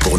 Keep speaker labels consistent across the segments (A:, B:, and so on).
A: pour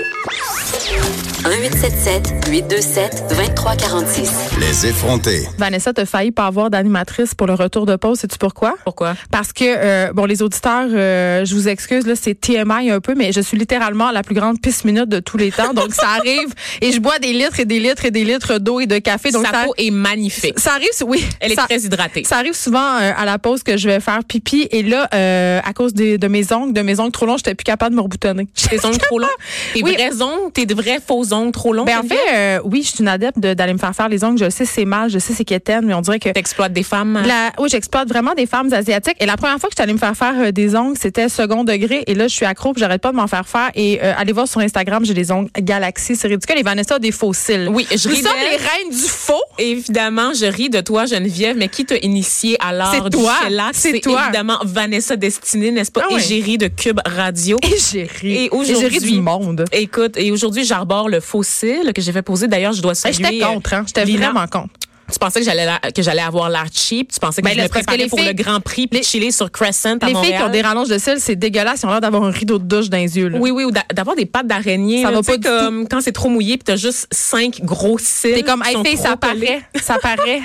B: 1877 827 2346.
A: Les effrontés.
C: Vanessa, t'as failli pas avoir d'animatrice pour le retour de pause. Sais-tu pourquoi?
D: Pourquoi?
C: Parce que, euh, bon, les auditeurs, euh, je vous excuse, là, c'est TMI un peu, mais je suis littéralement la plus grande pisse minute de tous les temps. Donc, ça arrive et je bois des litres et des litres et des litres d'eau et de café. Donc,
D: Sa
C: ça,
D: peau est magnifique.
C: ça arrive, oui.
D: Elle est
C: ça-
D: très hydratée.
C: Ça arrive souvent euh, à la pause que je vais faire pipi et là, euh, à cause des- de mes ongles, de mes ongles trop longs, j'étais plus capable de me reboutonner.
D: Tes ongles trop longs. Tes
C: Oui.
D: vrais ongles, tes vrais faux ongles trop longs.
C: Ben en
D: Geneviève?
C: fait, euh, oui, je suis une adepte de- d'aller me faire faire les ongles. Je sais c'est mal, je sais c'est quétaine, mais on dirait que
D: t'exploites des femmes. hein?
C: La- oui, j'exploite vraiment des femmes asiatiques. Et la première fois que j'étais allée me faire faire euh, des ongles, c'était second degré. Et là, je suis accro, puis j'arrête pas de m'en faire faire. Et euh, allez voir sur Instagram, j'ai des ongles Galaxy. C'est ridicule. Et Vanessa a des faux cils.
D: Oui, je
C: Nous
D: ris
C: sommes
D: d'elle.
C: les reines du faux.
D: Évidemment, je ris de toi, Geneviève, mais qui t'a initié à l'art
C: C'est
D: du
C: toi.
D: shellac?
C: C'est toi.
D: évidemment Vanessa Destinée, n'est-ce pas?
C: Ah ouais.
D: Et j'ai ri de Cube Radio.
C: Et j'ai ri.
D: Et aujourd'hui-
C: j'ai ri du monde.
D: Écoute, et aujourd'hui, j'arbore le faux cil que j'ai fait poser. D'ailleurs, je dois
C: Hey,
D: saluer.
C: J'étais
D: euh,
C: contre, hein. J'étais
D: Lina.
C: vraiment contre.
D: Tu pensais que j'allais la- que j'allais avoir l'air cheap. Tu pensais que
C: Ben
D: je
C: là,
D: me
C: c'est parce que
D: préparais
C: les
D: pour
C: filles-
D: le Grand Prix puis
C: les-
D: chiller sur Crescent à
C: les
D: Montréal.
C: filles qui ont des rallonges de cils, c'est dégueulasse. Ils ont l'air d'avoir un rideau de douche dans les yeux. là.
D: Oui, oui, ou d'a- d'avoir des pattes d'araignée.
C: Ça
D: là,
C: va
D: tu sais,
C: pas du
D: comme quand c'est trop mouillé puis t'as juste cinq gros cils.
C: T'es comme,
D: qui
C: hey,
D: sont
C: fille,
D: trop
C: ça
D: collés.
C: paraît. Ça paraît.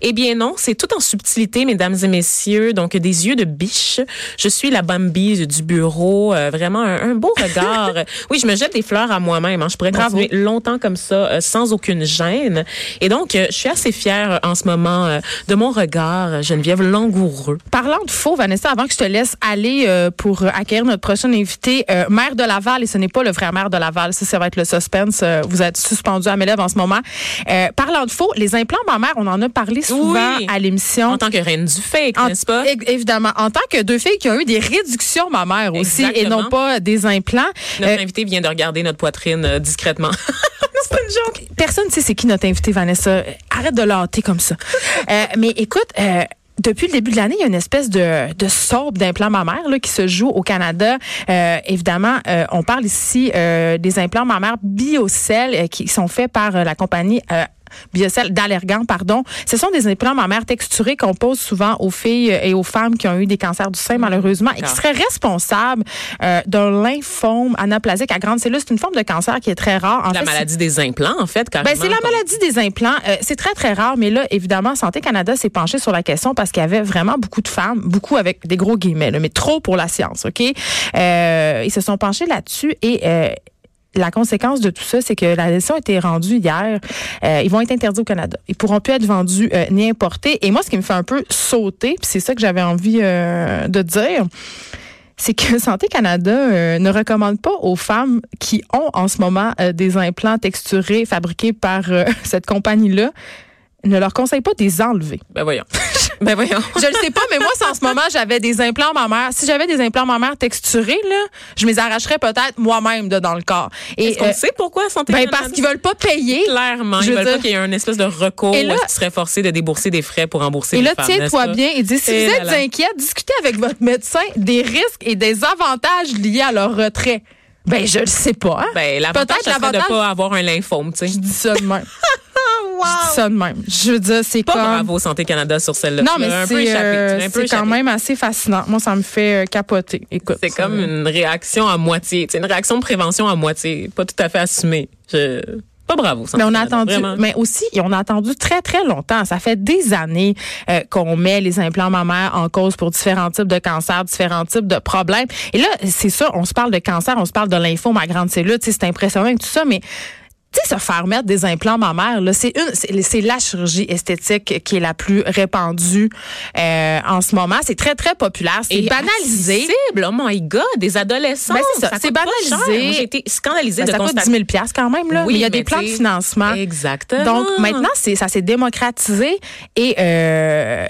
D: Eh bien non, c'est tout en subtilité, mesdames et messieurs. Donc des yeux de biche. Je suis la Bambi du bureau. Euh, vraiment un, un beau regard. oui, je me jette des fleurs à moi-même. hein. Je pourrais
C: Bravo.
D: continuer longtemps comme ça, euh, sans aucune gêne. Et donc, euh, je suis assez fière euh, en ce moment euh, de mon regard, euh, Geneviève, langoureux.
C: Parlant de faux, Vanessa, avant que je te laisse aller euh, pour acquérir notre prochaine invitée, euh, maire de Laval, et ce n'est pas le vrai maire de Laval, ça, ça va être le suspense. euh, vous êtes suspendu à mes lèvres en ce moment. Euh, parlant de faux, les implants mammaires, on en a parlé souvent
D: Oui.
C: à l'émission.
D: En tant que reine du fake,
C: En-
D: n'est-ce pas?
C: é- Évidemment. En tant que deux filles qui ont eu des réductions mammaires aussi et
D: Exactement.
C: non pas des implants.
D: Notre
C: Euh,
D: invité vient de regarder notre poitrine euh, discrètement. c'est pas une joke.
C: Personne ne sait c'est qui notre invité, Vanessa. Arrête de l'hanter comme ça. Euh, mais écoute, euh, depuis le début de l'année, il y a une espèce de, de sorbe d'implants mammaires là, qui se joue au Canada. Euh, évidemment, euh, on parle ici euh, des implants mammaires biocell euh, qui sont faits par euh, la compagnie euh, Biocell d'Allergan, pardon. Ce sont des implants mammaires texturés qu'on pose souvent aux filles euh, et aux femmes qui ont eu des cancers du sein, malheureusement, et qui
D: Ah.
C: seraient responsables euh, d'un lymphome anaplasique à grande cellule. C'est une forme de cancer qui est très rare. En
D: La
C: fait, c'est-
D: maladie des implants, en fait, carrément.
C: ben, c'est la maladie des implants. Euh, c'est très, très rare, mais là, évidemment, Santé Canada s'est penché sur la question parce qu'il y avait vraiment beaucoup de femmes, beaucoup avec des gros guillemets, là, mais trop pour la science, OK? Euh, ils se sont penchés là-dessus et... euh, la conséquence de tout ça, c'est que la leçon a été rendue hier. Euh, ils vont être interdits au Canada. Ils pourront plus être vendus euh, ni importés. Et moi, ce qui me fait un peu sauter, puis c'est ça que j'avais envie euh, de dire, c'est que Santé Canada euh, ne recommande pas aux femmes qui ont en ce moment euh, des implants texturés fabriqués par euh, cette compagnie-là, ne leur conseille pas de les enlever.
D: Ben voyons. ben voyons.
C: Je le sais pas, mais moi, si en ce moment, j'avais des implants mammaires, si j'avais des implants mammaires texturés, là, je me les arracherais peut-être moi-même de dans le corps. Et,
D: Est-ce qu'on
C: euh,
D: sait pourquoi Santé
C: ben,
D: Canada?
C: parce qu'ils veulent pas payer.
D: Clairement,
C: Je
D: ils
C: veux
D: veulent
C: dire-
D: pas qu'il y ait un espèce de recours
C: Et là-
D: où est-ce qu'ils seraient forcés de débourser des frais pour rembourser
C: Et
D: les
C: là,
D: femmes, n'est-ce
C: tiens-toi
D: pas?
C: bien. Il dit, si
D: Et
C: vous
D: Eh là
C: êtes
D: là.
C: inquiète, discutez avec votre médecin des risques et des avantages liés à leur retrait. Ben, je le sais pas. hein.
D: Ben, l'avantage,
C: Peut-être
D: ça serait de
C: l'avantage-
D: pas avoir un lymphome, tu sais.
C: Je dis ça de même. Je dis ça de même. Je veux dire, c'est
D: Pas
C: comme...
D: bravo Santé Canada sur celle-là.
C: Non,
D: Tu
C: mais
D: l'as un peu
C: c'est
D: échappé, tu
C: euh,
D: l'as un peu
C: c'est quand
D: échappé.
C: même assez fascinant. Moi, ça me fait euh, capoter. Écoute.
D: C'est comme une réaction à moitié. C'est une réaction de prévention à moitié. Pas tout à fait assumée. Je... Pas bravo.
C: Mais
D: Santé
C: on a
D: Canada,
C: attendu,
D: vraiment.
C: mais aussi, on a attendu très, très longtemps. Ça fait des années euh, qu'on met les implants mammaires en cause pour différents types de cancers, différents types de problèmes. Et là, c'est ça, on se parle de cancer, on se parle de lymphome à grande cellule, tu sais, c'est impressionnant et tout ça, mais tu sais, se faire mettre des implants mammaires, là, c'est une, c'est- c'est la chirurgie esthétique qui est la plus répandue euh, en ce moment. C'est très, très populaire, c'est banalisé.
D: accessible. Oh my God, des adolescents.
C: Ben, c'est ça. C'est
D: coûte pas
C: banalisé.
D: cher. Moi, J'ai été scandalisée
C: Ben,
D: de
C: ça coûte 10
D: constater.
C: 000 piastres quand même, là.
D: Oui,
C: mais il y a
D: mais
C: des plans de
D: tu sais,
C: financement.
D: Exactement.
C: Donc maintenant, c'est ça s'est démocratisé et euh,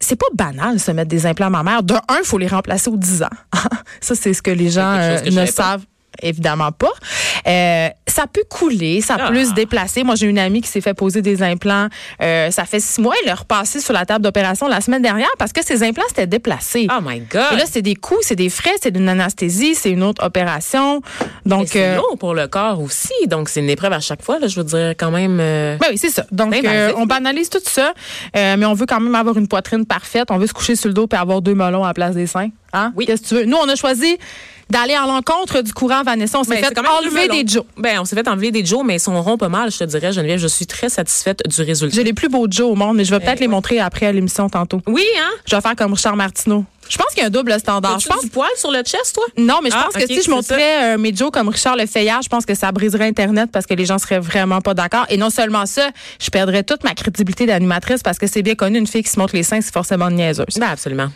C: c'est pas banal se mettre des implants mammaires. De un, faut les remplacer aux 10 ans. ça, c'est ce que les gens
D: quelque chose
C: euh,
D: que je
C: ne
D: savais pas.
C: savent évidemment pas. Euh, ça peut couler, ça
D: Ah.
C: peut se déplacer. Moi, j'ai une amie qui s'est fait poser des implants. euh, ça fait six mois. Elle l'a repassé sur la table d'opération la semaine dernière parce que ses implants s'étaient déplacés.
D: Oh my God.
C: Et là, c'est des coûts, c'est des frais, c'est une anesthésie, c'est une autre opération.
D: Mais
C: Donc,
D: c'est
C: euh,
D: lourd pour le corps aussi. Donc, c'est une épreuve à chaque fois, là, je veux dire, quand même. euh,
C: Ben oui, c'est ça. Donc,
D: Ben,
C: euh,
D: vas-y.
C: on banalise tout ça, euh, mais on veut quand même avoir une poitrine parfaite. On veut se coucher sur le dos et avoir deux melons à la place des seins. Hein?
D: Oui.
C: Qu'est-ce que tu veux? Nous, on a choisi d'aller à l'encontre du courant Vanessa. On s'est
D: Ben, c'est
C: fait
D: quand même
C: enlever
D: le melon.
C: des Joe.
D: Ben, on s'est fait enlever des Joe, mais ils sont ronds pas mal, je te dirais, Geneviève. Je suis très satisfaite du résultat.
C: J'ai les plus beaux Joe au monde, mais je vais
D: Ben
C: peut-être les montrer après à l'émission tantôt.
D: Oui, hein?
C: Je vais faire comme Richard Martineau. Je pense qu'il y a un double standard. Ben, Je
D: As-tu
C: pense. Mm.
D: du poil sur le chest, toi?
C: Non, mais je
D: Ah,
C: pense que
D: ok,
C: si je
D: c'est
C: montrais euh, mes Joe comme Richard Lefayard, je pense que ça briserait Internet parce que les gens seraient vraiment pas d'accord. Et non seulement ça, je perdrais toute ma crédibilité d'animatrice parce que c'est bien connu, une fille qui se montre les seins, c'est forcément une niaiseuse.
D: Ben, absolument.